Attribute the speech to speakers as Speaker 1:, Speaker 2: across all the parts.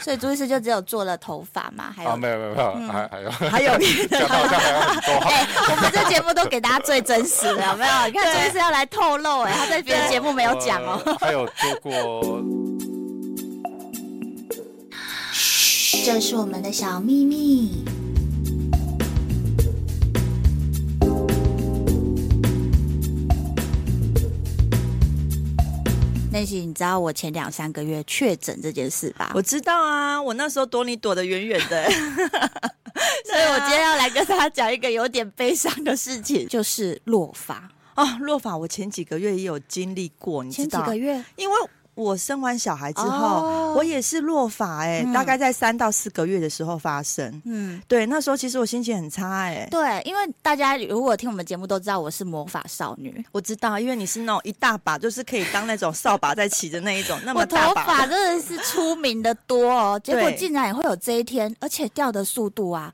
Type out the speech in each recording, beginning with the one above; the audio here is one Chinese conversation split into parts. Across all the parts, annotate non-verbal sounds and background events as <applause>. Speaker 1: 所以朱医师就只有做了头发嘛，还有、
Speaker 2: 哦
Speaker 3: 啊，没有没有没有，还还有
Speaker 2: 还有别
Speaker 3: <laughs>
Speaker 2: 的
Speaker 3: 讲到好像还有很多。
Speaker 1: <laughs> 哎、我们这节目都给大家最真实的，有没 <laughs> 有？你看朱医师要来透露、哎，他在别的节目没有讲哦、
Speaker 3: 呃，还有做过
Speaker 1: 这是我们的小秘密。那些你知道我前两三个月确诊这件事吧？
Speaker 2: 我知道啊，我那时候躲你躲得远远
Speaker 1: <laughs>
Speaker 2: 的。
Speaker 1: 所以我今天要来跟大家讲一个有点悲伤的事情，就是落发。
Speaker 2: 哦，落法，我前几个月也有经历过，你知
Speaker 1: 前几
Speaker 2: 道？
Speaker 1: 个月，
Speaker 2: 因为我生完小孩之后，
Speaker 1: 哦
Speaker 2: 我也是落法哎、
Speaker 1: 嗯
Speaker 2: 大概在三到四个月的时候发生。
Speaker 1: 嗯，
Speaker 2: 对，那时候其实我心情很差哎、
Speaker 1: 对，因为大家如果听我们节目都知道我是魔法少女，
Speaker 2: 我知道，因为你是那种一大把，就是可以当那种扫把在骑的那一种，那
Speaker 1: 我
Speaker 2: 么
Speaker 1: 头
Speaker 2: 大把
Speaker 1: 发
Speaker 2: 的。
Speaker 1: 真的是出名的多
Speaker 2: <laughs>
Speaker 1: 哦，结果
Speaker 2: 对
Speaker 1: 竟然也会有这一天，而且掉的速度啊。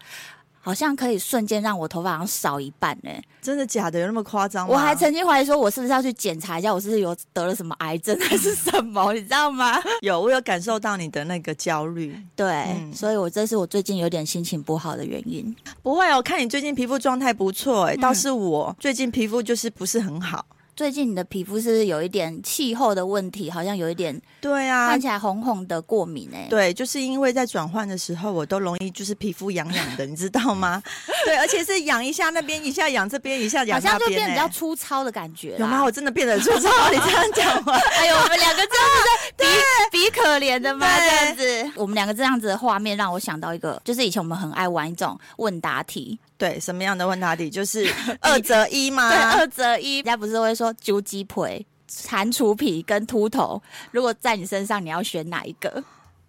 Speaker 1: 好像可以瞬间让我头发好像少一半呢、
Speaker 2: 真的假的？有那么夸张吗？
Speaker 1: 我还曾经怀疑说，我是不是要去检查一下，我是不是有得了什么癌症还是什么， <laughs> 你知道吗？
Speaker 2: 有，我有感受到你的那个焦虑。
Speaker 1: 对，
Speaker 2: 嗯
Speaker 1: 所以我这是我最近有点心情不好的原因。
Speaker 2: 不会哦，看你最近皮肤状态不错哎、
Speaker 1: 嗯
Speaker 2: 倒是我、最近皮肤就是不是很好。
Speaker 1: 最近你的皮肤是不是有一点气候的问题，好像有一点
Speaker 2: 对啊
Speaker 1: 看，起来红红的过敏哎、
Speaker 2: 对，就是因为在转换的时候，我都容易就是皮肤痒痒的，你知道吗？ <laughs> 对，而且是痒一下那边，一下痒这边，一下
Speaker 1: 好
Speaker 2: 痒
Speaker 1: 像
Speaker 2: 那
Speaker 1: 就
Speaker 2: 边、
Speaker 1: 变得
Speaker 2: 欸，
Speaker 1: 比较粗糙的感觉啦。
Speaker 2: 有吗？我真的变得粗糙，你这样讲吗？
Speaker 1: 哎呦，我们两个真 <laughs> 的是比比可怜的吗？
Speaker 2: 对
Speaker 1: 这样子，我们两个这样子的画面让我想到一个，就是以前我们很爱玩一种问答题，
Speaker 2: <laughs> 对，什么样的问答题？就是 <laughs> 二择一吗？
Speaker 1: 对，二择一，人家不是会说揪鸡腿、蟾蜍皮跟秃头，如果在你身上，你要选哪一个？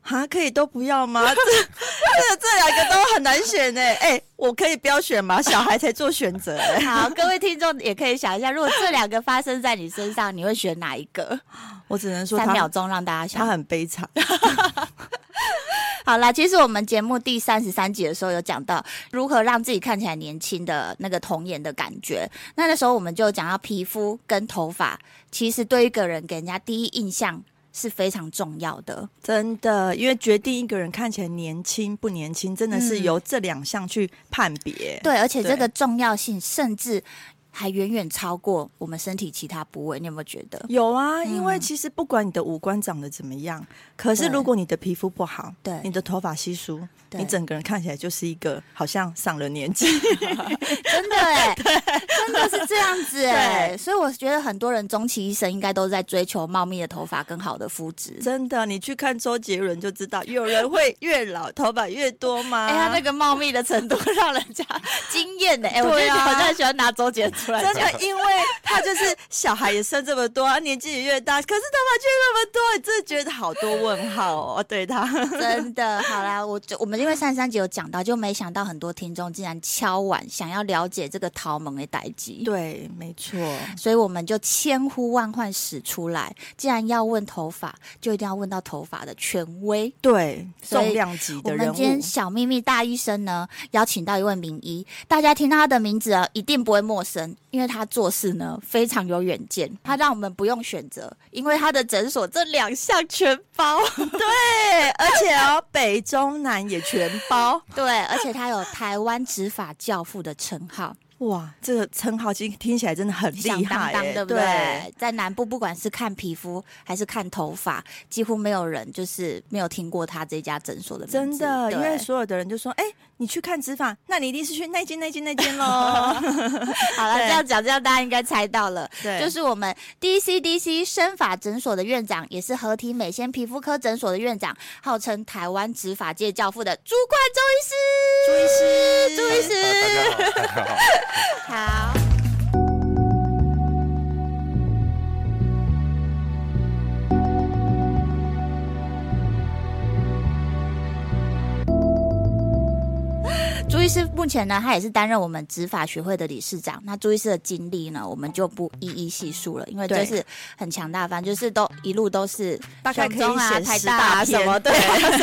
Speaker 2: 啊，可以都不要吗？ <laughs> 这这这两个都很难选呢、 <laughs> 哎、我可以不要选吗？小孩才做选择、欸。
Speaker 1: <laughs> 好，各位听众也可以想一下，如果这两个发生在你身上，你会选哪一个？
Speaker 2: 我只能说
Speaker 1: 三
Speaker 2: 他
Speaker 1: 秒钟让大家
Speaker 2: 他
Speaker 1: 想。
Speaker 2: 很悲
Speaker 1: <laughs>
Speaker 2: 惨。
Speaker 1: 好啦，其实我们节目第三十三集的时候有讲到如何让自己看起来年轻的那个童颜的感觉。那那时候我们就讲到皮肤跟头发，其实对一个人给人家第一印象是非常重要的。
Speaker 2: 真的，因为决定一个人看起来年轻不年轻，真的是
Speaker 1: 嗯
Speaker 2: 由这两项去判别。
Speaker 1: 对，而且
Speaker 2: 对
Speaker 1: 这个重要性甚至还远远超过我们身体其他部位。你有没有觉
Speaker 2: <laughs>
Speaker 1: 得？
Speaker 2: 有啊，因为其实不管你的五官长得怎么样，可是
Speaker 1: 嗯对
Speaker 2: 如果你的皮肤不好，
Speaker 1: 对
Speaker 2: 你的头发稀疏，
Speaker 1: 对
Speaker 2: 你整个人看起来就是一个好像上了年纪。 <laughs>
Speaker 1: 真的哎、真的是这样子哎、
Speaker 2: 对
Speaker 1: 所以我觉得很多人终其一生应该都在追求茂密的头发跟好的肤质。
Speaker 2: 真的，你去看周杰伦就知道，有人会越老头发越多吗？
Speaker 1: 哎、他那个茂密的程度让人家惊艳的。哎、我觉
Speaker 2: 对
Speaker 1: 得
Speaker 2: 啊
Speaker 1: 好像喜欢拿周杰出来讲
Speaker 2: 真。的，因为他就是小孩也生这么多，他年纪也越大，可是头发却那么多，你真的觉得好多问号
Speaker 1: <laughs>
Speaker 2: 哦。对他，
Speaker 1: 真的，好啦，我就我们因为三十三集有讲到，就没想到很多听众竟然敲碗想要了解这个桃萌的代际。
Speaker 2: 对，没错，
Speaker 1: 所以我们就千呼万唤始出来，既然要问头发，就一定要问到头发的权威。
Speaker 2: 对，
Speaker 1: 所以
Speaker 2: 重量级
Speaker 1: 我
Speaker 2: 的人
Speaker 1: 们今天
Speaker 2: 物。
Speaker 1: 小秘密大医生呢，邀请到一位名医，大家听到他的名字啊，一定不会陌生，因为他做事呢非常有远见，他让我们不用选择，因为他的诊所这两项全包。 <laughs>
Speaker 2: 对，而且哦，北中南也全包。
Speaker 1: 对，而且他有台湾植发教父的称号，
Speaker 2: 哇，这个称号其实听起来真的很
Speaker 1: 响
Speaker 2: 厉
Speaker 1: 当
Speaker 2: 害、
Speaker 1: 当，
Speaker 2: 欸，
Speaker 1: 对不对？在南部，不管是看皮肤还是看头发，几乎没有人就是没有听过他这家诊所的名字。
Speaker 2: 真的，因
Speaker 1: 对
Speaker 2: 为所有的人就说：“哎、你去看植发，那你一定是去那间、那间、那
Speaker 1: <laughs>
Speaker 2: 间喽。
Speaker 1: 好了，
Speaker 2: 对
Speaker 1: 这样讲，这样大家应该猜到了”。
Speaker 2: 对，
Speaker 1: 就是我们 DCDC 生发诊所的院长，也是合体美鲜皮肤科诊所的院长，号称台湾植发界教父的朱冠周医师。
Speaker 2: 朱医师，
Speaker 1: 朱医师 <laughs>
Speaker 3: 大家好，大家好。
Speaker 1: 好。医师目前呢，他也是担任我们执法学会的理事长。那朱医师的经历呢，我们就不一一细数了，因为
Speaker 2: 对
Speaker 1: 这是很强大，反正就是都一路都是
Speaker 2: 大概可
Speaker 1: 选
Speaker 2: 以
Speaker 1: 中啊、
Speaker 2: 写
Speaker 1: 台
Speaker 2: 十
Speaker 1: 大啊
Speaker 2: 大
Speaker 1: 什
Speaker 2: 篇
Speaker 1: 么，对，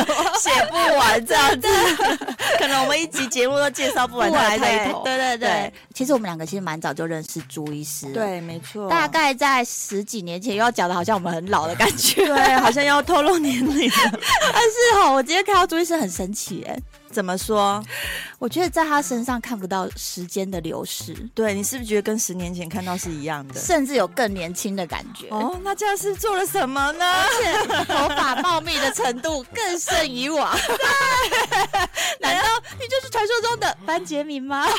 Speaker 2: <laughs> 写不完这样子， <laughs> 可能我们一集节目都介绍不完
Speaker 1: 不
Speaker 2: 他
Speaker 1: 来
Speaker 2: 的
Speaker 1: 对
Speaker 2: 开头。
Speaker 1: 对对对
Speaker 2: 对。
Speaker 1: 其实我们两个其实蛮早就认识朱医师了，
Speaker 2: 对，没错，
Speaker 1: 大概在十几年前，又要讲的好像我们很老的感觉。
Speaker 2: <laughs> 对，啊好像要透露年龄，
Speaker 1: 但是哦，我今天看到朱医师很神奇哎，
Speaker 2: <laughs> 怎么说？
Speaker 1: 我觉得在他身上看不到时间的流逝，
Speaker 2: 对你是不是觉得跟十年前看到是一样的？
Speaker 1: 甚至有更年轻的感觉。
Speaker 2: 哦，那这样是做了什么呢？
Speaker 1: 而且头发茂密的程度更胜以
Speaker 2: <laughs>
Speaker 1: 往。难道你就是传说中的班杰明吗？ <laughs>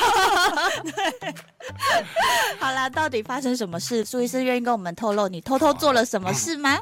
Speaker 1: 好啦，到底发生什么事？苏医师愿意跟我们透露你偷偷做了什么事吗？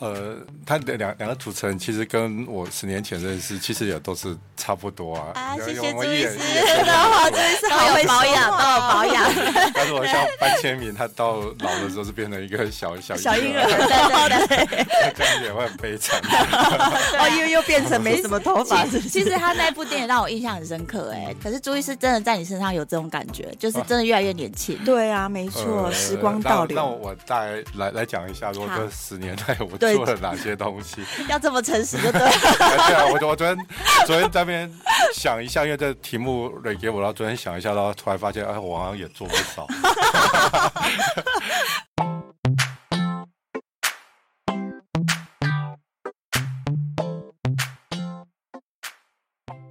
Speaker 3: 呃，他的两两个主持人其实跟我十年前认识，其实也都是差不多啊。
Speaker 1: 啊
Speaker 3: 因
Speaker 1: 谢
Speaker 3: 为
Speaker 1: 谢
Speaker 3: 我们
Speaker 1: 朱医
Speaker 3: 也
Speaker 1: 师
Speaker 3: 也是差不多
Speaker 1: <laughs>
Speaker 2: 是
Speaker 1: 好会哦保养
Speaker 2: 都有保
Speaker 1: <laughs>
Speaker 2: 养， <laughs>
Speaker 3: 但是我像班千明，他到老的时候是变成一个小小
Speaker 2: 小婴
Speaker 3: 婴
Speaker 2: 儿，，对对对，
Speaker 3: <laughs> 这样也会很悲惨。
Speaker 2: 哦，又又变成没什么头发，是不是
Speaker 1: 其实他那部电影让我印象很深刻、哎，可是朱医师真的在你身上有这种感觉，就是真的越来越年轻。 <laughs>
Speaker 2: 对啊，没错，
Speaker 3: 呃
Speaker 2: 时光倒
Speaker 3: 那那
Speaker 2: 流。
Speaker 3: 我大概来来讲一下，如果
Speaker 1: 好
Speaker 3: 这十年来我
Speaker 2: 对
Speaker 3: 做了哪些东西。
Speaker 1: 要这么诚实就对了。
Speaker 3: 对啊，我我昨天昨天在那边想一下，因为这题目蕊给我，然后昨天想一下，然后突然发现，哎，我好像也做不少。 <laughs>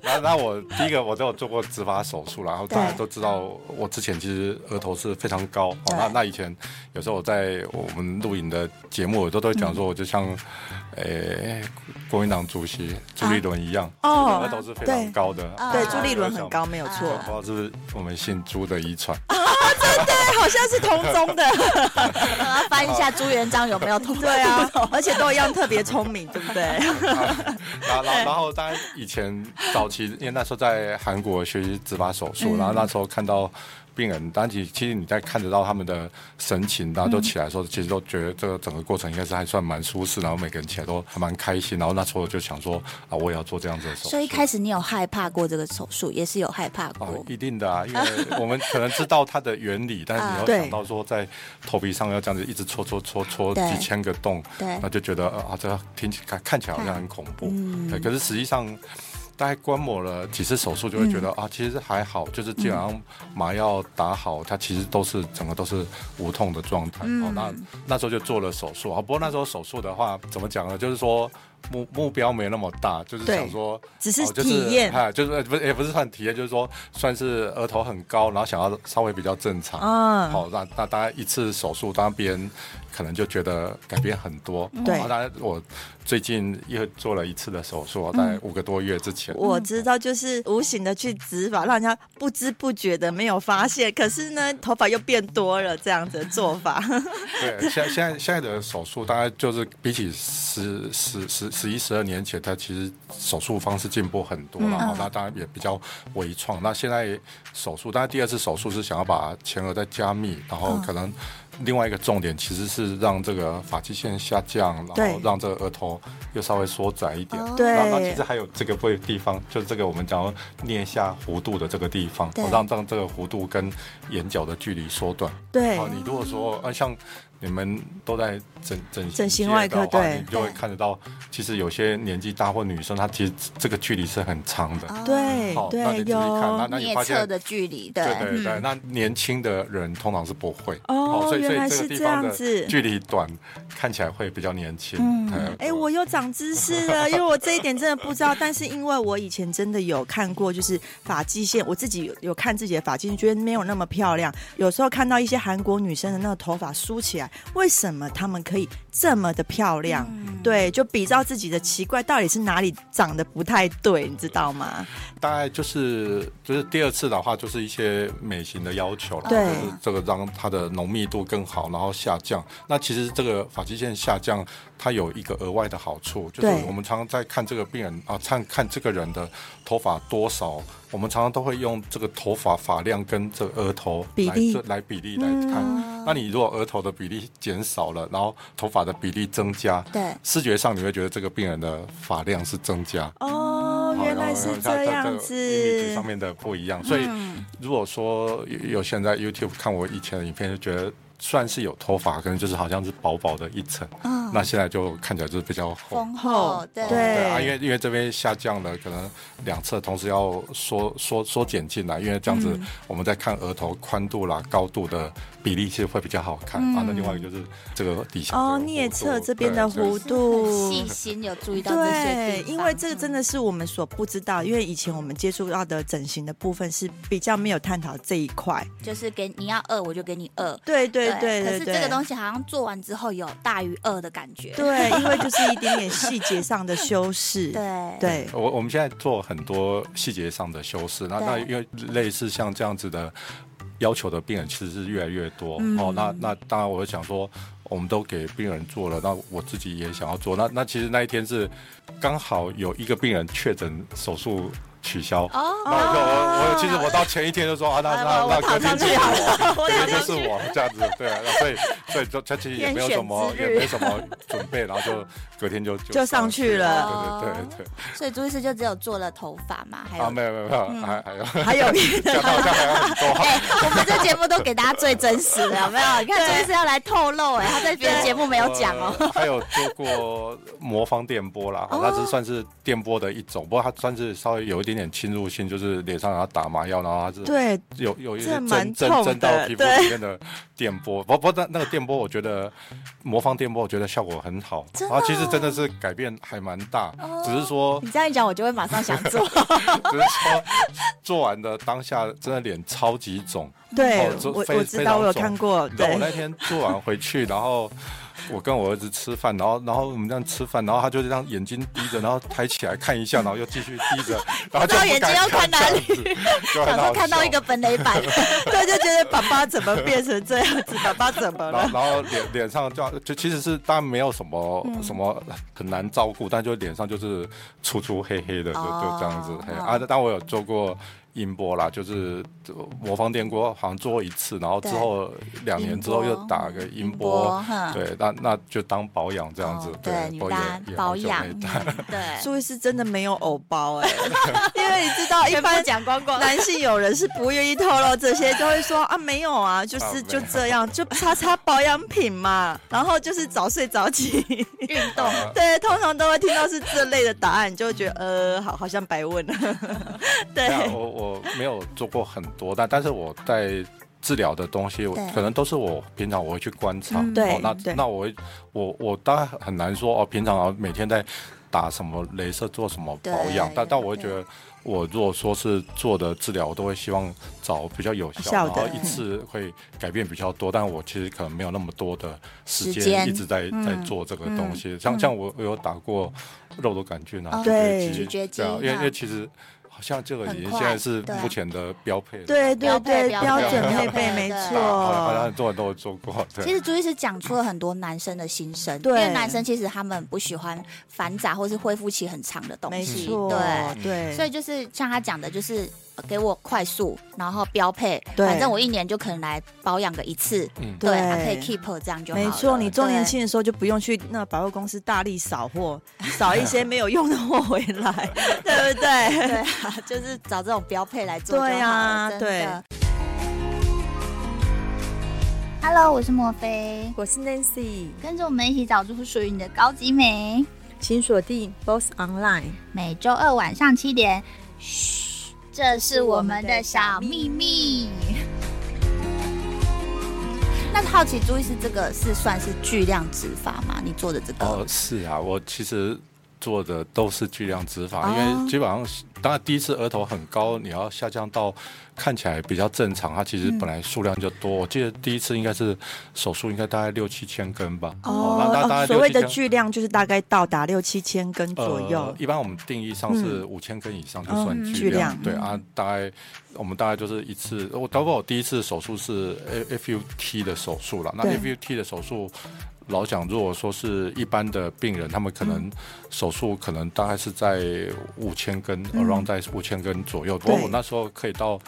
Speaker 3: 那那我第一个我都有做过植发手术，然后大家
Speaker 1: 对
Speaker 3: 都知道，我之前其实额头是非常高。哦，那
Speaker 1: 对
Speaker 3: 那以前有时候我在我们录影的节目，我都都会讲说，我就像，诶、国民党主席朱立伦一样，
Speaker 2: 啊哦
Speaker 3: 额头是非常高的。
Speaker 1: 啊
Speaker 2: 对，
Speaker 3: 然后
Speaker 2: 朱立伦很高，
Speaker 3: 我
Speaker 2: 没有
Speaker 3: 就
Speaker 2: 错
Speaker 3: 想。。我不知道是不是我们姓朱的遗
Speaker 2: <laughs>
Speaker 3: 传，
Speaker 2: 对，好像是同
Speaker 3: <laughs>
Speaker 2: 宗的。
Speaker 1: 我要翻一下朱元璋有没有偷偷
Speaker 2: 对啊，而且都一样特别聪明，对不对？
Speaker 3: 然后然后然后当然以前早期，因为那时候在韩国学习植发手
Speaker 2: 嗯
Speaker 3: 术，然后那时候看到病人，当然其其实你在看得到他们的神情，然后都起来的时候，其实都觉得这个整个过程应该是还算蛮舒适，然后每个人起来都还蛮开心，然后那时候我就想说啊，我也要做这样子的手术。
Speaker 1: <laughs> 所以一开始你有害怕过这个手术，也是有害怕过。
Speaker 3: 哦，一定
Speaker 2: <laughs>
Speaker 3: 的啊，因为我们可能知道它的原理，但是你要
Speaker 2: 啊对
Speaker 3: 想到说在头皮上要这样子一直戳戳戳戳
Speaker 1: 对
Speaker 3: 几千个洞，
Speaker 1: 对
Speaker 3: 那就觉得呃啊，这听起看看起来好像很恐怖，
Speaker 2: 嗯
Speaker 3: 对，可是实际上。大概观摩了几次手术，就会觉
Speaker 2: 嗯
Speaker 3: 得、啊，其实还好，就是基本上麻药打好，它其实都是整个都是无痛的状态。
Speaker 2: 嗯
Speaker 3: 哦，那那时候就做了手术啊。不过那时候手术的话，怎么讲呢？就是说目目标没那么大，就是
Speaker 2: 对
Speaker 3: 想说
Speaker 2: 只是
Speaker 3: 哦就是
Speaker 2: 体验
Speaker 3: 哎，就是呃不是也不是算体验，就是说算是额头很高，然后想要稍微比较正常。
Speaker 2: 嗯
Speaker 3: 好，那那大家一次手术，当然别人可能就觉得改变很多。
Speaker 2: 对
Speaker 3: 好当然我最近又做了一次的手术，在五个多月之前。
Speaker 2: 我知道，就是无形的去植发，让人家不知不觉的没有发现。可是呢，头发又变多了，这样子的做法。
Speaker 3: 对，现在现在现在的手术，大概就是比起十十十十一十二年前，它其实手术方式进步很多了。然后那当然也比较微创。那现在手术，当然第二次手术是想要把前额再加密，然后可能另外一个重点其实是让这个发际线下降，然
Speaker 2: 对
Speaker 3: 后让这个额头又稍微缩窄一点。
Speaker 1: 哦
Speaker 3: 然后其
Speaker 2: 对
Speaker 3: 实，还有这个部位地方，就是这个我们讲要捏下弧度的这个地方，
Speaker 1: 对
Speaker 3: 让让这个弧度跟眼角的距离缩短。
Speaker 2: 对
Speaker 3: 好，，你如果说呃，像你们都在整整
Speaker 2: 整形
Speaker 3: 界
Speaker 2: 外科
Speaker 3: 的话
Speaker 2: 对
Speaker 3: 你就会
Speaker 1: 对
Speaker 3: 看得到，其实有些年纪大或女生，她其实这个距离是很长
Speaker 2: 哦
Speaker 1: 哦
Speaker 3: 的。
Speaker 2: <laughs> 对
Speaker 3: 哦好，那你仔
Speaker 2: 对
Speaker 3: 细看，啊那
Speaker 2: 有。
Speaker 3: 那你
Speaker 1: 内
Speaker 3: 发
Speaker 1: 侧
Speaker 3: 现。
Speaker 1: 的距离，对
Speaker 3: 对对
Speaker 1: 嗯
Speaker 3: 对，那年轻的人通常是不会
Speaker 2: 嗯哦
Speaker 3: 好所以所
Speaker 2: 原来
Speaker 3: 以这
Speaker 2: 是
Speaker 3: 个地
Speaker 2: 这
Speaker 3: 方
Speaker 2: 样
Speaker 3: 的
Speaker 2: 子
Speaker 3: 距离短，看起来会比较年轻。嗯
Speaker 2: 哎、我又长知识了，因为我这一点真的不知道，但是因为我以前真的有看过，就是发际线，我自己有有看自己的发际线，觉得没有那么漂亮。有时候看到一些韩国女生的那个头发梳起来，为什么她们可以这么的漂亮？对，就比照自己的奇怪，到底是哪里长得不太对，你知道吗？
Speaker 3: 大概就是就是第二次的话，就是一些美型的要求了，
Speaker 2: 对
Speaker 3: 就是这个让它的浓密度更好，然后下降。那其实这个发际线下降，它有一个额外的好处，就是
Speaker 2: 对
Speaker 3: 我们常常在看这个病人啊，看看这个人的头发多少，我们常常都会用这个头发发量跟这个额头
Speaker 2: 比
Speaker 3: 来
Speaker 2: 例嗯
Speaker 3: 这来比例来看。那你如果额头的比例减少了，然后头发的比例增加，
Speaker 1: 对
Speaker 3: 视觉上你会觉得这个病人的发量是增加。
Speaker 2: 哦，原来是
Speaker 3: 它它
Speaker 2: 这样
Speaker 3: 这个
Speaker 2: 子哦嗯
Speaker 3: image 上面的不一样，所以如果说有有现在 YouTube 看我以前的影片，就觉得算是有头发，可能就是好像是薄薄的一层，
Speaker 1: 嗯
Speaker 3: 那现在就看起来就是比较厚。
Speaker 1: 丰厚，对
Speaker 2: 对
Speaker 3: 啊，因为因为这边下降了，可能两侧同时要缩缩缩减进来，因为这样
Speaker 2: 嗯
Speaker 3: 子我们在看额头宽度啦、高度的比例是会比较好看、啊。那另外一个就是这个底下
Speaker 2: 哦
Speaker 3: 这个弧度
Speaker 2: 颞侧这边
Speaker 3: 对就
Speaker 2: 的
Speaker 3: 是
Speaker 2: 弧
Speaker 1: 是
Speaker 2: 度
Speaker 1: 很细心有注意到这些
Speaker 2: 对
Speaker 1: 地，方，
Speaker 2: 因为
Speaker 3: 嗯
Speaker 2: 这个真的是我们所不知道，因为以前我们接触到的整形的部分是比较没有探讨这一块。
Speaker 1: 就是给你要二，我就给你二。
Speaker 2: 对对对
Speaker 1: 可
Speaker 2: 对
Speaker 1: 是
Speaker 2: 对，
Speaker 1: 这个东西好像做完之后有大于二的感觉。
Speaker 2: 对，因
Speaker 1: <laughs>
Speaker 2: 为就是一点点细节上的修饰。
Speaker 1: 对
Speaker 3: <laughs>
Speaker 2: 对
Speaker 3: 我我们现在做很多细节上的修饰，那
Speaker 1: 对
Speaker 3: 那因为类似像这样子的要求的病人其实是越来越多、
Speaker 1: 嗯
Speaker 3: 哦。那那当然，我想说，我们都给病人做了，那我自己也想要做。那那其实那一天是刚好有一个病人确诊手术取消。
Speaker 1: 哦
Speaker 3: 那我就我我其实我到前一天就说啊，那
Speaker 1: 哎
Speaker 3: 那
Speaker 1: 我
Speaker 3: 那
Speaker 1: 我躺
Speaker 3: 隔天
Speaker 1: 上
Speaker 3: 就
Speaker 1: 去
Speaker 3: 是
Speaker 1: 好 <laughs>
Speaker 3: 我，隔天就是我这样子，对啊，那所以所以就他其实也没有什么
Speaker 1: <laughs> 天选之
Speaker 3: 也
Speaker 1: 日
Speaker 3: 没有什么准备，然后就隔天就
Speaker 2: 就上去了
Speaker 3: 对对对对。
Speaker 1: 所以朱医师就只有做了头发嘛，还有。嗯
Speaker 3: 啊，没有没有没有，还
Speaker 1: <laughs>
Speaker 3: 还有
Speaker 2: 还有别
Speaker 3: 讲
Speaker 2: 的
Speaker 3: 到好像还有很多。
Speaker 1: 哎、我们这节目都给大家最真实的，有没有？你看朱医师要来透露、哎，他在别的节目没有讲哦、
Speaker 3: 呃 <laughs> 还有做过魔方电波啦，
Speaker 1: 哦
Speaker 3: 它只算是电波的一种，不过它算是稍微有一点点侵入性，就是脸上然后打麻药，然后它是
Speaker 2: 对
Speaker 3: 有有一些
Speaker 2: 这
Speaker 3: 针
Speaker 2: 蛮
Speaker 3: 针
Speaker 2: 痛
Speaker 3: 针到
Speaker 2: 的
Speaker 3: 皮肤
Speaker 2: 对
Speaker 3: 里面的电波，不不，但那个电波我觉得魔方电波我觉得效果很好，
Speaker 1: 真的
Speaker 3: 然
Speaker 1: 哦
Speaker 3: 后其实真的是改变还蛮大，只是说
Speaker 1: 你这样一讲，我就会马上想做。
Speaker 3: <laughs> 只是说做完的当下真的脸超级肿，
Speaker 2: 对
Speaker 3: 哦，这
Speaker 2: 我
Speaker 3: 非
Speaker 2: 我知道，
Speaker 3: 非常
Speaker 2: 我有
Speaker 3: 重
Speaker 2: 看过。
Speaker 3: 你知道我
Speaker 2: 对
Speaker 3: 那天做完回去，然后我跟我儿子吃饭，然后然后我们这样吃饭，然后他就这样眼睛低着，然后抬起来看一下，然后又继续低着，然后就
Speaker 1: 不知道眼睛要看哪里 <laughs>
Speaker 3: 不敢看，这样子就很
Speaker 1: 想说
Speaker 3: 好
Speaker 1: 看到
Speaker 3: 笑
Speaker 1: 一个。本垒板，
Speaker 2: 对，就觉得爸爸怎么变成这样子？爸爸怎么
Speaker 3: 然
Speaker 2: 了？
Speaker 3: 后，然后脸脸上就就其实是当然没有什么、
Speaker 1: 嗯
Speaker 3: 什么很难照顾，但就脸上就是粗粗黑黑的，就就这样子。
Speaker 1: 哦
Speaker 3: 嘿
Speaker 1: 哦
Speaker 3: 啊，但我有做过音波啦，就是魔方电锅，好像做过一次，然后之
Speaker 1: 对
Speaker 3: 后两年之后
Speaker 1: 音
Speaker 3: 又
Speaker 1: 波
Speaker 3: 打个音波
Speaker 1: 波，哼，
Speaker 3: 对，那那就当保养这样子
Speaker 1: 啊嗯哦，
Speaker 3: 对，
Speaker 1: 你
Speaker 3: 我
Speaker 1: 当
Speaker 3: 也
Speaker 1: 然
Speaker 3: 也
Speaker 1: 保
Speaker 3: 好久
Speaker 1: 养
Speaker 3: 没，
Speaker 1: 嗯
Speaker 3: <laughs> 打
Speaker 1: <laughs> 对，
Speaker 2: 朱医师真的没有偶包
Speaker 1: <laughs>
Speaker 2: 哎、因为你知道一
Speaker 1: 全部
Speaker 2: 般
Speaker 1: 讲光光，
Speaker 2: 男性友人是不愿意透露这些，就会说啊没有啊，
Speaker 1: 哦
Speaker 2: 就是就这样，就擦擦保养品
Speaker 1: <laughs>
Speaker 2: 嘛，然后就是早睡早起。
Speaker 1: 运动。
Speaker 2: 对，通常都会听到是这类的答案，你就会觉得呃，好，好像白
Speaker 1: <laughs>
Speaker 2: 问了。对，
Speaker 1: 啊
Speaker 3: 那我我没有做过很多，但但是我在治疗的东西，我
Speaker 1: 对
Speaker 3: 可能都是我平常我会去观察。
Speaker 1: 嗯
Speaker 2: 对
Speaker 3: 哦那
Speaker 2: 对
Speaker 3: 那我会我我当然很难说哦，平常啊每天在打什么镭射做什么保养
Speaker 1: 对，
Speaker 3: 但但我会
Speaker 1: 对
Speaker 3: 觉得。我如果说是做的治疗，我都会希望找比较有效，
Speaker 2: 效
Speaker 3: 然
Speaker 2: 的
Speaker 3: 后一次会改变比较多。但我其实可能没有那么多的时
Speaker 1: 时间
Speaker 3: 间一直在在
Speaker 1: 嗯
Speaker 3: 做这个东西。像像我我有打过肉毒杆菌
Speaker 1: 哦
Speaker 3: 啊，
Speaker 2: 对
Speaker 1: 咀嚼
Speaker 3: 这样
Speaker 1: 肌
Speaker 3: 因为因
Speaker 1: 哈
Speaker 3: 为其实好像这个已
Speaker 1: 很
Speaker 3: 经
Speaker 1: 快
Speaker 3: 现在是
Speaker 1: 对啊
Speaker 3: 目前的标配了。
Speaker 2: 对
Speaker 1: 标
Speaker 2: 对
Speaker 1: 配
Speaker 2: 对，
Speaker 1: 标
Speaker 2: 标
Speaker 1: 配
Speaker 2: 准配
Speaker 1: 标配
Speaker 2: 备没
Speaker 1: 对
Speaker 3: 啊好像好像
Speaker 2: 错。
Speaker 3: 很多人都有做过。
Speaker 1: 其
Speaker 3: 对，
Speaker 1: 实朱医师讲出了很多男生的心声，
Speaker 2: 对
Speaker 1: 因为男生其实他们不喜欢繁杂或是恢复期很长的东
Speaker 2: 没
Speaker 1: 西，
Speaker 2: 错，
Speaker 1: 嗯对，
Speaker 2: 对，
Speaker 1: 所以就是像他讲的，就是呃给我快速，然后标配，
Speaker 2: 对
Speaker 1: 反正我一年就可能来保养个一次，
Speaker 3: 嗯，
Speaker 1: 对，
Speaker 2: 对
Speaker 1: 还可以 keep 这样就好了
Speaker 2: 没错，你周年
Speaker 1: 对
Speaker 2: 庆的时候就不用去那百货公司大力扫货，扫一
Speaker 1: 啊
Speaker 2: 些没有用的货回来，对不对？
Speaker 1: 对啊， <laughs> 就是找这种标配来做就好了。
Speaker 2: 对啊
Speaker 1: 真的
Speaker 2: 对。
Speaker 1: Hello，我是莫菲，
Speaker 4: 我是 Nancy，
Speaker 1: 跟着我们一起找出属于你的高级美。
Speaker 4: 请锁定 Boss Online。
Speaker 1: 每周二晚上七点，嘘，这是我们的小秘密。 <laughs> 那好奇朱医师，这个是算是巨量植发吗？你做的这个、
Speaker 3: 哦，是啊，我其实做的都是巨量植发，
Speaker 1: 哦
Speaker 3: 因为基本上是当然第一次额头很高，你要下降到看起来比较正常，它其实
Speaker 1: 嗯
Speaker 3: 本来数量就多。我记得第一次应该是手术应该大概六七千根吧。哦那那大概
Speaker 2: 哦所谓的
Speaker 3: 六七千
Speaker 2: 巨量就是大概到达六七千根左右
Speaker 3: 呃。，一般我们定义上是五千根以上就算
Speaker 2: 嗯
Speaker 3: 巨量，
Speaker 2: 巨量
Speaker 3: 对啊，大概我们大概就是一次，我包括我第一次手术是 F U T 的手术了，那
Speaker 2: 对
Speaker 3: F U T 的手术。老讲，如果说是一般的病人，他们可
Speaker 2: 嗯
Speaker 3: 能手术可能大概是在五千根、a r o u n d 在五千根左右。不过
Speaker 2: 嗯对
Speaker 3: 我那时候可以到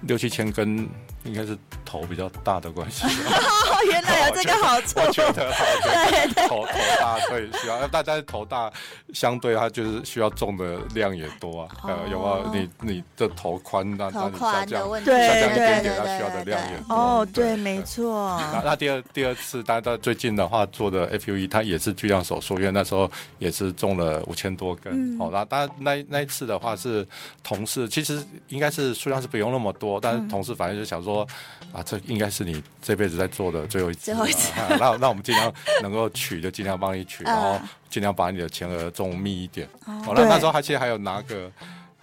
Speaker 3: 六七千根，应该是头比较大的关系。
Speaker 2: 哦，原来有这这个好处
Speaker 3: <laughs> 我觉得好，对对，头头大对需要，大家头大相对它就是需要种的量也多啊，呃，有没有？你你的头宽，那
Speaker 1: 哦
Speaker 3: 那
Speaker 1: 头
Speaker 3: 你下
Speaker 1: 宽的
Speaker 3: 降
Speaker 1: 问题，
Speaker 2: 对
Speaker 3: 下降一
Speaker 2: 对
Speaker 3: 点
Speaker 1: 对
Speaker 3: 点，它
Speaker 1: 对
Speaker 3: 需要的
Speaker 1: 对
Speaker 3: 量也
Speaker 1: 对
Speaker 3: 多
Speaker 2: 哦，对，没。错，
Speaker 1: 啊
Speaker 3: 那那第二第二次，大家到最近的话做的 FUE，它也是巨量手术，因为那时候也是种了五千多根。
Speaker 1: 嗯
Speaker 3: 好、那当然那那一次的话是同事，其实应该是数量是不用那么多，但
Speaker 1: 嗯
Speaker 3: 是同事反正就想说，啊，这应该是你这辈子在做的最后一次
Speaker 1: 最
Speaker 3: 了，
Speaker 1: 后一次
Speaker 3: 啊 <laughs> 那那我们尽量能够取就尽量帮你取，
Speaker 1: 嗯
Speaker 3: 然后尽量把你的前额种密一点。哦，
Speaker 2: 对
Speaker 3: 那那时候还其实还有拿个。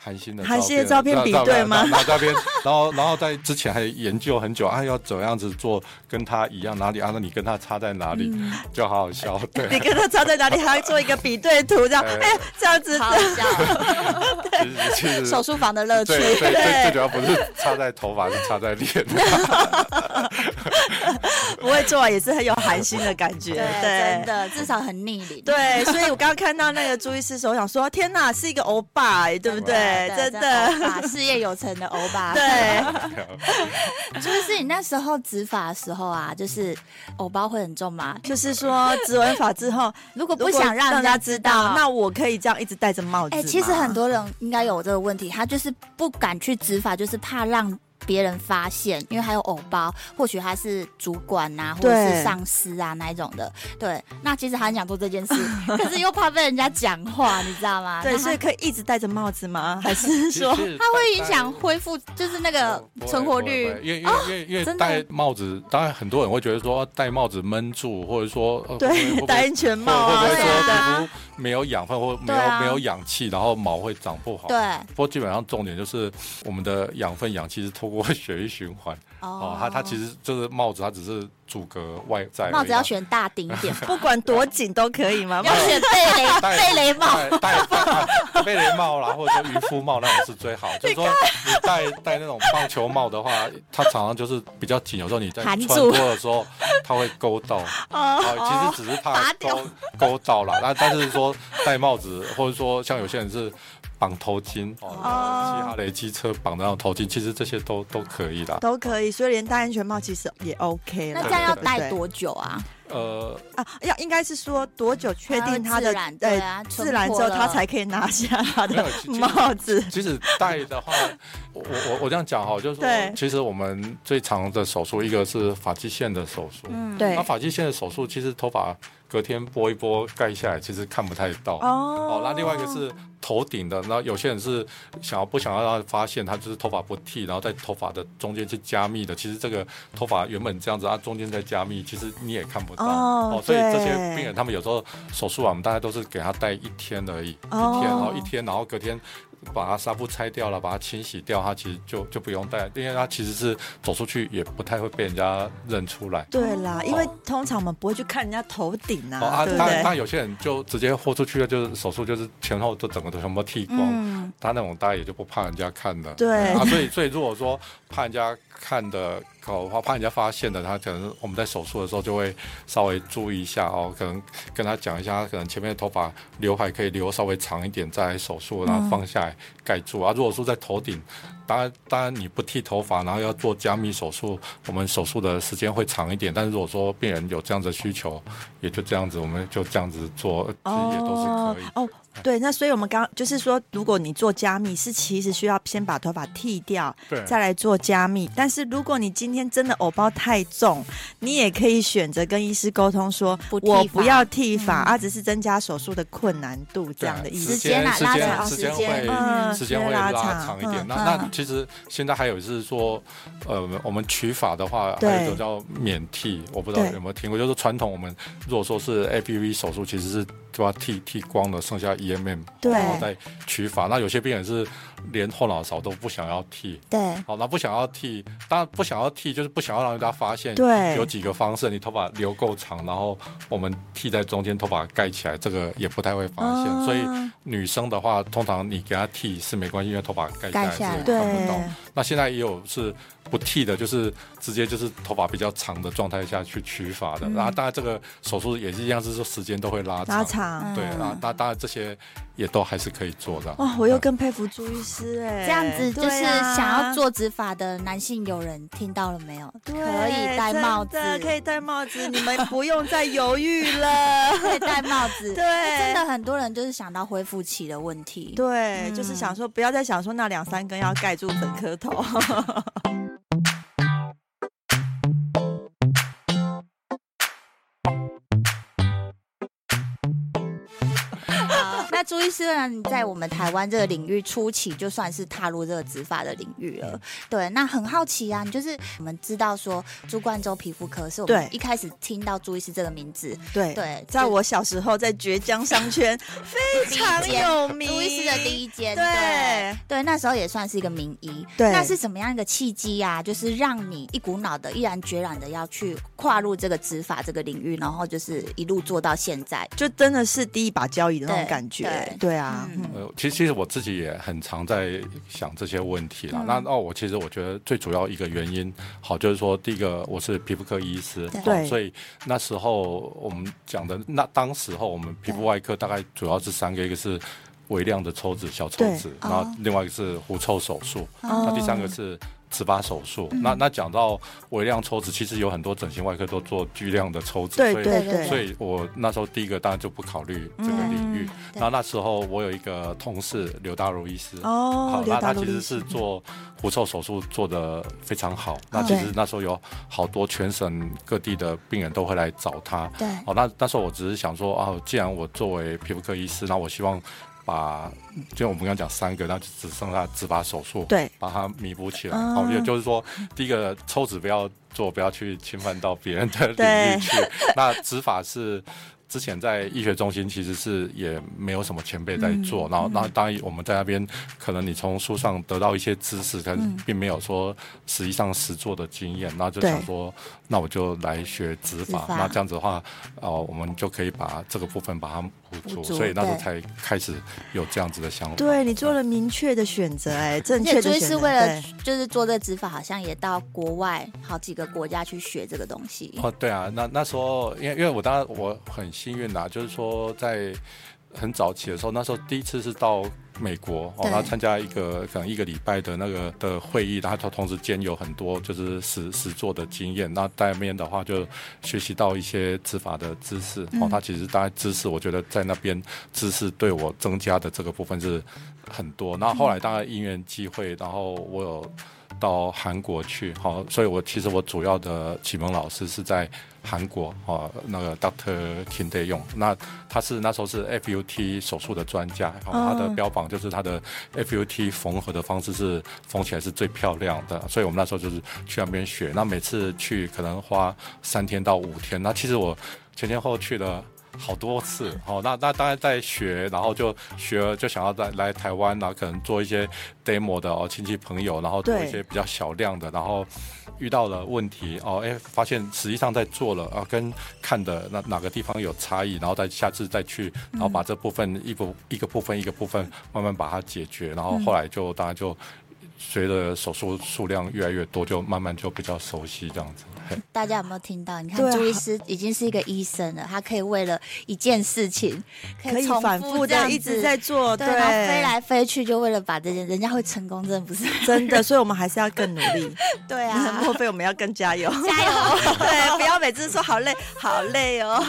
Speaker 3: 韩星的
Speaker 2: 韩星的照片比对吗
Speaker 3: 拿照片， <laughs> 然后然后在之前还研究很久啊，要怎么样子做跟他一样哪里啊？那你跟他差在哪里？
Speaker 1: 嗯
Speaker 3: 就好好
Speaker 1: <laughs>
Speaker 3: 笑，对，
Speaker 2: 你跟他差在哪里，还要做一个比对图，这样，
Speaker 3: 哎
Speaker 2: 哎，这样
Speaker 1: <laughs>
Speaker 2: 子
Speaker 1: 好好笑，
Speaker 3: 其实其实
Speaker 1: 手术房的乐趣
Speaker 3: 对。对对，
Speaker 2: 对
Speaker 3: 最最主要不是差在头发，是差
Speaker 1: <laughs>
Speaker 3: 在脸。
Speaker 2: 不会做完也是很有寒心的感觉，
Speaker 1: <laughs> 对，真的，至少很逆龄。
Speaker 2: 对，所以我刚刚看到那个朱医师手，想说天哪，是一个欧巴、欸，对不对？真
Speaker 1: 欧
Speaker 2: 的，
Speaker 1: 巴事业有成的欧 <laughs> 巴。
Speaker 2: 对，
Speaker 1: 就是你那时候植发的时候啊，就是偶包会很重吗？
Speaker 2: 就是说植完发之后，
Speaker 1: 如果
Speaker 2: 如
Speaker 1: 不
Speaker 2: 果
Speaker 1: 想让人家
Speaker 2: 知
Speaker 1: 知
Speaker 2: 道
Speaker 1: 道，，
Speaker 2: 那我可以这样一直戴着帽子
Speaker 1: 哎、
Speaker 2: 吗。
Speaker 1: 其实很多人应该有这个问题，他就是不敢去执法，就是怕让别人发现，因为还有偶包，或许他是主管呐、或者
Speaker 2: 对
Speaker 1: 是上司啊那一种的。对，那其实他很想做这件事， <laughs> 可是又怕被人家讲话，你知道吗？
Speaker 2: 对，
Speaker 1: 啊那他
Speaker 2: 所以可以一直戴着帽子吗？还是说
Speaker 1: 它会影响恢复，就是那个存活率
Speaker 3: 哦
Speaker 1: 哦
Speaker 3: 不。会因为因为因为因为
Speaker 1: 真的
Speaker 3: 戴帽子，当然很多人会觉得说啊戴帽子闷住，或者说呃会不
Speaker 2: 对
Speaker 3: 会
Speaker 2: 戴安全
Speaker 3: 会
Speaker 2: 帽
Speaker 3: 会
Speaker 2: 啊，
Speaker 3: 不会
Speaker 1: 对啊
Speaker 3: 说皮肤没有养分或没
Speaker 1: 对
Speaker 3: 有
Speaker 1: 啊
Speaker 3: 没有氧气，然后毛会长不好？
Speaker 1: 对，啊
Speaker 3: 不过基本上重点就是我们的养分、氧气是透过 <laughs> 血液循环。哦，它它其实就是帽子，它只是阻隔外在而已啊。
Speaker 1: 帽子要选大顶一点
Speaker 2: 不管多紧都可以吗？
Speaker 1: 要选贝雷
Speaker 3: 戴
Speaker 1: 贝雷帽。
Speaker 3: 戴戴戴贝雷帽啦，或者说渔夫帽那种是最好。就是说你戴戴那种棒球帽的话，它常常就是比较紧，有时候你在
Speaker 1: 含
Speaker 3: 穿
Speaker 1: 住
Speaker 3: 脱的时候，它会勾到。哦，其实只是怕
Speaker 1: 拔
Speaker 3: 勾
Speaker 1: 掉
Speaker 3: 勾到啦。那但是说戴帽子，或者说像有些人是。绑头巾哦，
Speaker 2: 哦
Speaker 3: 骑哈雷机车绑的那种头巾，其实这些都都可以啦。
Speaker 2: 都可以，所以连戴安全帽其实也 OK 啦
Speaker 1: 那这样要戴
Speaker 2: 对不
Speaker 1: 多久啊？
Speaker 2: <laughs>
Speaker 3: 呃，
Speaker 2: 对啊？要应该是说多久确定它
Speaker 1: 它会自
Speaker 2: 的
Speaker 1: 然对啊
Speaker 2: 呃
Speaker 1: 存
Speaker 2: 自然之
Speaker 1: 活
Speaker 2: 后，
Speaker 1: 了
Speaker 2: 它才可以拿下它
Speaker 3: 没
Speaker 2: 的
Speaker 3: 有其实
Speaker 2: <laughs> 帽子。
Speaker 3: 即使戴的话，我我我这样讲哈，就是
Speaker 2: 对
Speaker 3: 说，其实我们最常的手术，一个是发际线的手术，
Speaker 1: 嗯，
Speaker 2: 对
Speaker 3: 那发际线的手术，其实头发隔天拨一拨盖下来，其实看不太到。
Speaker 2: 哦
Speaker 3: 哦，那另外一个是头顶的，那有些人是想要不想要让他发现，他就是头发不剃，然后在头发的中间去加密的。其实这个头发原本这样子，它中间在加密，其实你也看不到。
Speaker 2: 哦
Speaker 3: 所以
Speaker 2: 对
Speaker 3: 这些病人他们有时候手术啊，我们大概都是给他戴一天而已，
Speaker 2: 哦
Speaker 3: 一天，然后一天，然后隔天。把它纱布拆掉了，把它清洗掉，它其实就就不用戴，因为它其实是走出去也不太会被人家认出来。
Speaker 2: 对
Speaker 1: 哦
Speaker 2: 啦，因为通常我们不会去看人家头顶
Speaker 3: 哦
Speaker 2: 啊，
Speaker 3: 啊，
Speaker 2: 对
Speaker 3: 当
Speaker 2: 不
Speaker 3: 然，当
Speaker 2: 对？
Speaker 3: 然有些人就直接豁出去了，就是手术就是前后都整个都全部剃光，
Speaker 1: 嗯
Speaker 3: 他那种大家也就不怕人家看了。
Speaker 2: 对
Speaker 3: 啊，所以所以如果说怕人家看的搞的话，怕人家发现的，他可能我们在手术的时候就会稍微注意一下哦，可能跟他讲一下，他可能前面的头发刘海可以留稍微长一点再来手术，然后放下来盖住、啊。如果说在头顶。当然，当然你不剃头发，然后要做加密手术，我们手术的时间会长一点。但是如果说病人有这样的需求，也就这样子，我们就这样子做，其实也都是可以。
Speaker 2: 哦，对，那所以我们刚就是说，如果你做加密，是其实需要先把头发剃掉，
Speaker 3: 对
Speaker 2: 再来做加密。但是如果你今天真的偶包太重，你也可以选择跟医师沟通说，
Speaker 1: 不剃
Speaker 2: 我
Speaker 1: 发嗯
Speaker 2: 不要剃发，啊，只是增加手术的困难度这
Speaker 3: 对啊
Speaker 2: 样的意
Speaker 1: 时
Speaker 2: 思。
Speaker 1: 间啦
Speaker 3: 时
Speaker 1: 拉
Speaker 3: 间
Speaker 1: 长
Speaker 3: 时
Speaker 1: 时
Speaker 3: 间
Speaker 1: 间
Speaker 2: 嗯
Speaker 3: 会时间会
Speaker 2: 拉
Speaker 3: 拉
Speaker 2: 长
Speaker 3: 长一点。
Speaker 2: 嗯
Speaker 3: 那
Speaker 1: 嗯
Speaker 3: 那其实现在还有是说，呃，我们取法的话，
Speaker 2: 对
Speaker 3: 还有一种叫免剃，我不知道
Speaker 2: 对
Speaker 3: 有没有听过。就是传统我们如果说是 A P V 手术，其实是就要剃剃光了，剩下 E M M，
Speaker 2: 对
Speaker 3: 然后再取法。那有些病人是连后脑勺都不想要剃，
Speaker 1: 对，
Speaker 3: 好，那不想要剃，当然不想要剃，就是不想要让人家发现。
Speaker 2: 对
Speaker 3: 有几个方式，你头发留够长，然后我们剃在中间，头发盖起来，这个也不太会发现。
Speaker 2: 哦
Speaker 3: 所以女生的话，通常你给她剃是没关系，因为头发盖起来
Speaker 1: 盖下来
Speaker 3: 是看不到
Speaker 2: 对。
Speaker 3: 那现在也有是不剃的，就是直接就是头发比较长的状态下去取发的。然后当然这个手术也是一样，是说时间都会嗯拉长。啊
Speaker 2: 拉长。
Speaker 3: 对，
Speaker 1: 嗯
Speaker 3: 那那当然这些也都还是可以做的。
Speaker 2: 哇，我又更佩服朱医师哎、
Speaker 1: 这样子就是
Speaker 2: 对啊
Speaker 1: 想要做执法的男性友人听到了没有？
Speaker 2: 对啊
Speaker 1: 可以戴帽子，
Speaker 2: 真的可以戴帽子，你们不用再犹豫
Speaker 1: <laughs>
Speaker 2: 了。
Speaker 1: 可以戴帽子。
Speaker 2: 对
Speaker 1: 真的很多人就是想到恢复期的问题。
Speaker 2: 对，
Speaker 1: 嗯
Speaker 2: 就是想说不要再想说那两三根要盖住整颗头。
Speaker 1: 好那朱医师呢？你在我们台湾这个领域初期就算是踏入这个执法的领域了。
Speaker 2: 嗯
Speaker 1: 对，那很好奇啊，你就是我们知道说朱冠洲皮肤科是我们
Speaker 2: 对
Speaker 1: 一开始听到朱医师这个名字，
Speaker 2: 对
Speaker 1: 对
Speaker 2: 在我小时候在绝江商
Speaker 1: <laughs>
Speaker 2: 圈非常有名，
Speaker 1: 朱医师的第一间，
Speaker 2: 对
Speaker 1: 对，那时候也算是一个名医。
Speaker 2: 对
Speaker 1: 那是怎么样一个契机啊？就是让你一股脑的、毅然决然的要去跨入这个执法这个领域，然后就是一路做到现在。
Speaker 2: 就真的是第一把交椅的那种
Speaker 1: 对
Speaker 2: 感觉。
Speaker 1: 对
Speaker 2: 对啊，
Speaker 1: 嗯
Speaker 2: 嗯
Speaker 3: 呃，其实其实我自己也很常在想这些问题啦。
Speaker 1: 嗯
Speaker 3: 那那我其实我觉得最主要一个原因，好就是说，第一个我是皮肤科医师，
Speaker 1: 对
Speaker 3: 好所以那时候我们讲的那当时候我们皮肤外科大概主要是三个，一个是微量的抽脂小抽
Speaker 2: 对
Speaker 3: 脂，
Speaker 1: 哦
Speaker 3: 然后另外一个是狐臭手术，
Speaker 1: 嗯
Speaker 2: 哦
Speaker 3: 那第三个是植发手术。那那讲到微量抽脂，其实有很多整形外科都做巨量的抽脂，
Speaker 2: 对
Speaker 3: 所以
Speaker 2: 对
Speaker 1: 对对
Speaker 3: 所
Speaker 2: 对，
Speaker 3: 以我那时候第一个当然就不考虑这个领
Speaker 2: 嗯
Speaker 3: 域。
Speaker 1: 对
Speaker 3: 然后那时候我有一个同事刘大如医师，
Speaker 2: 哦
Speaker 3: 好，，
Speaker 2: 刘
Speaker 3: 那
Speaker 2: 大
Speaker 3: 他
Speaker 2: 陆
Speaker 3: 其
Speaker 2: 历
Speaker 3: 实
Speaker 2: 史
Speaker 3: 是做狐臭手术做的非常好。那其实那时候有好多全省各地的病人都会来找他。
Speaker 1: 对，
Speaker 3: 哦，那那时候我只是想说，哦，既然我作为皮肤科医师，那我希望把，就我们刚刚讲三个，那就只剩下植发手术，
Speaker 2: 对
Speaker 3: 把它弥补起来。
Speaker 2: 啊
Speaker 3: 哦，也就是说，第一个抽脂不要做，不要去侵犯到别人的 <laughs> 领
Speaker 2: 对
Speaker 3: 域去。那植发是。之前在医学中心其实是也没有什么前辈在做，
Speaker 2: 嗯
Speaker 3: 然后那当然我们在那边，可能你从书上得到一些知识，但是并没有说实际上实做的经验，然后就
Speaker 2: 嗯对
Speaker 3: 想说，那我就来学植
Speaker 1: 植
Speaker 3: 发，
Speaker 1: 发
Speaker 3: 那这样子的话，哦，我们就可以把这个部分把它补
Speaker 1: 补
Speaker 3: 足，
Speaker 1: 足
Speaker 3: 所以那时候
Speaker 1: 对
Speaker 3: 才开始有这样子的想法。
Speaker 2: 对你做了明确的选择，哎，正
Speaker 1: 而
Speaker 2: 确
Speaker 1: 且
Speaker 2: 的
Speaker 1: 朱
Speaker 2: 选择。
Speaker 1: 医师为了
Speaker 2: 对
Speaker 1: 就是做这个执法，好像也到国外好几个国家去学这个东西。
Speaker 3: 哦，对啊，那那时候，因为因为我当然我很幸运啦，就是说在很早期的时候，那时候第一次是到美国，哦，
Speaker 1: 对
Speaker 3: 然后参加一个可能一个礼拜的那个的会议，然后同时兼有很多就是实实做的经验。那在那边的话，就学习到一些执法的知识，哦，他其实大概知识，我觉得在那边知识对我增加的这个部分是很多。然后后来当然因缘际会，然后我有。到韩国去，好，所以我其实我主要的启蒙老师是在韩国，哦，那个 Doctor Kim Dae Yong，那他是那时候是 FUT 手术的专家，好，他的标榜就是他的 FUT 缝合的方式是缝起来是最漂亮的，所以我们那时候就是去那边学，那每次去可能花三天到五天，那其实我前前后后去了。好多次，哦，那那当然在学，然后就学了，就想要来来台湾，然后可能做一些 demo 的哦，亲戚朋友，然后做
Speaker 2: 对
Speaker 3: 一些比较小量的，然后遇到了问题哦，哎，发现实际上在做了啊，跟看的那哪个地方有差异，然后再下次再去，然后把这部分一部一个部分一个部分慢慢把它解决，然后后来就当然就随着手术数量越来越多，就慢慢就比较熟悉这样子。嘿
Speaker 1: 大家有没有听到？你看
Speaker 2: 对啊
Speaker 1: 朱医师已经是一个医生了，他可以为了一件事情，
Speaker 2: 可以
Speaker 1: 重
Speaker 2: 反
Speaker 1: 复
Speaker 2: 复
Speaker 1: 这样
Speaker 2: 的
Speaker 1: 子
Speaker 2: 一直在做，
Speaker 1: 对，然后飞来飞去，就为了把这件，人家会成功，真的不是？
Speaker 2: 真的，所以我们还是要更努力。
Speaker 1: <laughs> 对啊
Speaker 2: <laughs> 莫非我们要更加油？
Speaker 1: 加油！
Speaker 2: 对，不要每次说好累，好累哦。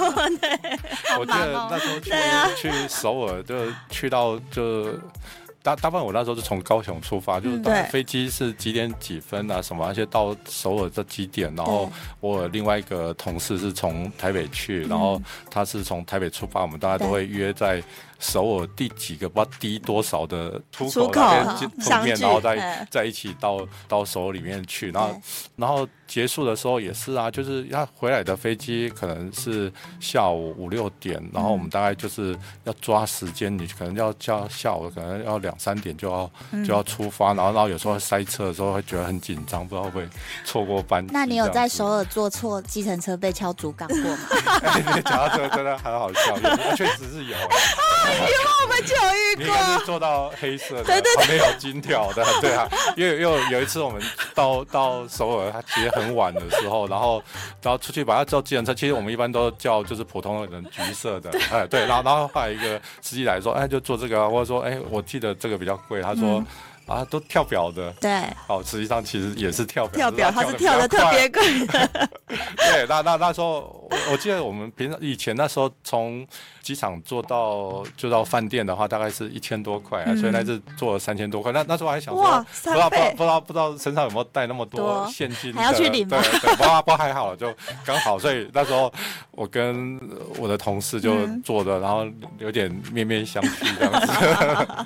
Speaker 3: 我记得那时候去、
Speaker 1: 啊
Speaker 2: 啊
Speaker 3: <laughs> 去首尔，就去到就大大半我那时候是从高雄出发，就是
Speaker 1: 嗯
Speaker 3: 大概
Speaker 2: 对
Speaker 3: 飞机是几点几分啊什么，而且到首尔这几点，然后我有另外一个同事是从台北去，然
Speaker 2: 嗯
Speaker 3: 后他是从台北出发，我们大家都会约在。首尔第几个不知道第多少的出
Speaker 2: 出
Speaker 3: 口
Speaker 2: 口
Speaker 3: 那边
Speaker 2: 啊
Speaker 3: 见
Speaker 2: 相
Speaker 3: 碰面，
Speaker 2: 聚
Speaker 3: 然后再
Speaker 1: 嗯
Speaker 3: 再一起到到首尔里面去，然后然后结束的时候也是啊，就是要回来的飞机可能是下午五六点，然后我们大概就是要抓时间，你可能要叫下午可能要两三点就要、
Speaker 1: 嗯
Speaker 3: 就要出发，然后然后有时候塞车的时候会觉得很紧张，不知道会不会错过班机这
Speaker 1: 那
Speaker 3: 样子。
Speaker 1: 你有在首尔坐错计 <laughs> 程车被敲竹杠过吗？
Speaker 2: <laughs>
Speaker 3: 哎？你讲到这个真的很好笑，有确实是有。
Speaker 2: 啊我们就有
Speaker 3: 你
Speaker 2: 遇
Speaker 3: 应该
Speaker 2: 过
Speaker 3: 是。做到黑色的，
Speaker 2: 对对对
Speaker 3: 旁边有金条的，对啊，因为因为有一次我们到到首尔，它其实很晚的时候，然后然后出去把它叫计程车，其实我们一般都叫就是普通的人橘色的，哎对，然后然后后来一个司机来说，哎就做这个、啊，或者说哎我记得这个比较贵，他说、
Speaker 2: 嗯
Speaker 3: 啊都跳表的。
Speaker 1: 对，
Speaker 3: 哦，实际上其实也是跳表，
Speaker 2: 跳表，
Speaker 3: 只
Speaker 2: 他是
Speaker 3: 得
Speaker 2: 跳
Speaker 3: 比
Speaker 2: 的特
Speaker 3: 较快
Speaker 2: 别贵的，
Speaker 3: 对，那那那时候，我我记得我们平常以前那时候从机场坐到就到饭店的话，大概是一千多块啊，
Speaker 1: 嗯
Speaker 3: 所以那次坐了三千多块。那那时候还想说，
Speaker 2: 哇
Speaker 3: 不知道
Speaker 2: 三
Speaker 3: 不知道
Speaker 2: 倍
Speaker 3: 不知道不知道身上有没有带那么多
Speaker 1: 多
Speaker 3: 现金的，
Speaker 1: 还要去领吗
Speaker 3: 对对，不过不过还好，就刚好。所以那时候我跟我的同事就
Speaker 1: 嗯
Speaker 3: 坐着，然后有点面面相觑这样子， <laughs>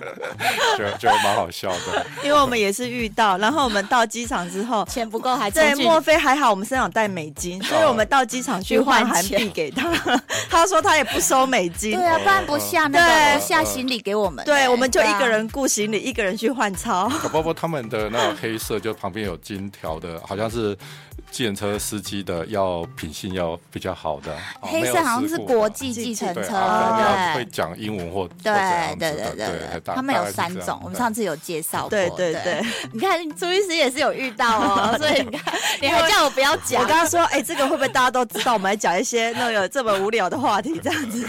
Speaker 3: 觉得觉得蛮好笑的。
Speaker 2: <laughs> 因为我们也是遇到，然后我们到机场之
Speaker 1: <laughs>
Speaker 2: 后。
Speaker 1: 钱不够还出
Speaker 2: 对，
Speaker 1: 去
Speaker 2: 莫非还好我们身上有带美金，
Speaker 1: 哦
Speaker 2: 所以我们到机场去换韩币给他。 <laughs> 他说他也不收美金
Speaker 1: 对，啊，不然不下那个
Speaker 2: 对
Speaker 1: 不下行李给我们。
Speaker 2: 对，我们就一
Speaker 1: 啊
Speaker 2: 个人雇行李，一个人去换钞。
Speaker 3: 搞不好他们的那种黑色，就旁边有金条的，好像是计程车司机的，要品性要比较好的。
Speaker 1: 啊
Speaker 3: 哦
Speaker 1: 黑色好像是国，际计程
Speaker 3: 没有
Speaker 1: 车，
Speaker 3: 事故的对，啊可能要会
Speaker 1: 对。
Speaker 3: 讲英文或
Speaker 1: 对对
Speaker 3: 或怎样
Speaker 1: 对
Speaker 3: 子的
Speaker 1: 对
Speaker 3: 大
Speaker 1: 他们有三
Speaker 3: 大概是这
Speaker 1: 种
Speaker 3: 样，
Speaker 1: 我们上次有介绍过。
Speaker 2: 对对对，
Speaker 1: <laughs> 你看朱医师也是有遇到
Speaker 3: <laughs>
Speaker 1: 哦，所以你看，你还叫我不要
Speaker 2: 我
Speaker 1: 讲
Speaker 2: 跟，他说，哎、这个会不会大家都知道？我们来讲一些那个这么无聊的话题，这
Speaker 1: <laughs>
Speaker 2: 样子。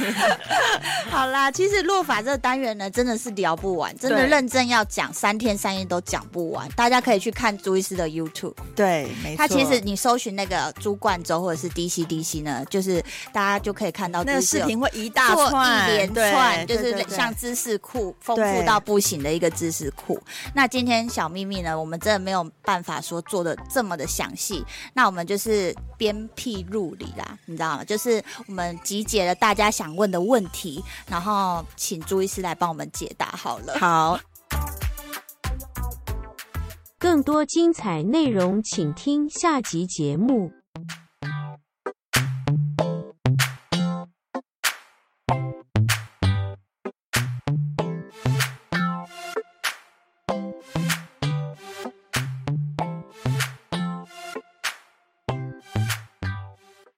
Speaker 1: 好啦，其实落法这个单元呢，真的是聊不完，真的
Speaker 2: 对
Speaker 1: 认真要讲三天三夜都讲不完。大家可以去看朱医师的 YouTube，
Speaker 2: 对，没错。
Speaker 1: 他其实你搜寻那个朱冠周或者是 DC DC 呢，就是大家就可以看到
Speaker 2: 那
Speaker 1: 朱
Speaker 2: 个
Speaker 1: 医师
Speaker 2: 视
Speaker 1: 有
Speaker 2: 频会一大
Speaker 1: 做
Speaker 2: 串，
Speaker 1: 一连串，
Speaker 2: 对
Speaker 1: 就
Speaker 2: 对
Speaker 1: 是
Speaker 2: 对对
Speaker 1: 像知识库丰富到不行的一个知识库。那今天小秘密呢，我们真的没有办法说做的这么的详细，那我们就是鞭辟入里啦，你知道吗？就是我们集结了大家想问的问题，然后请朱医师来帮我们解答好了。
Speaker 2: 好，
Speaker 5: 更多精彩内容，请听下集节目。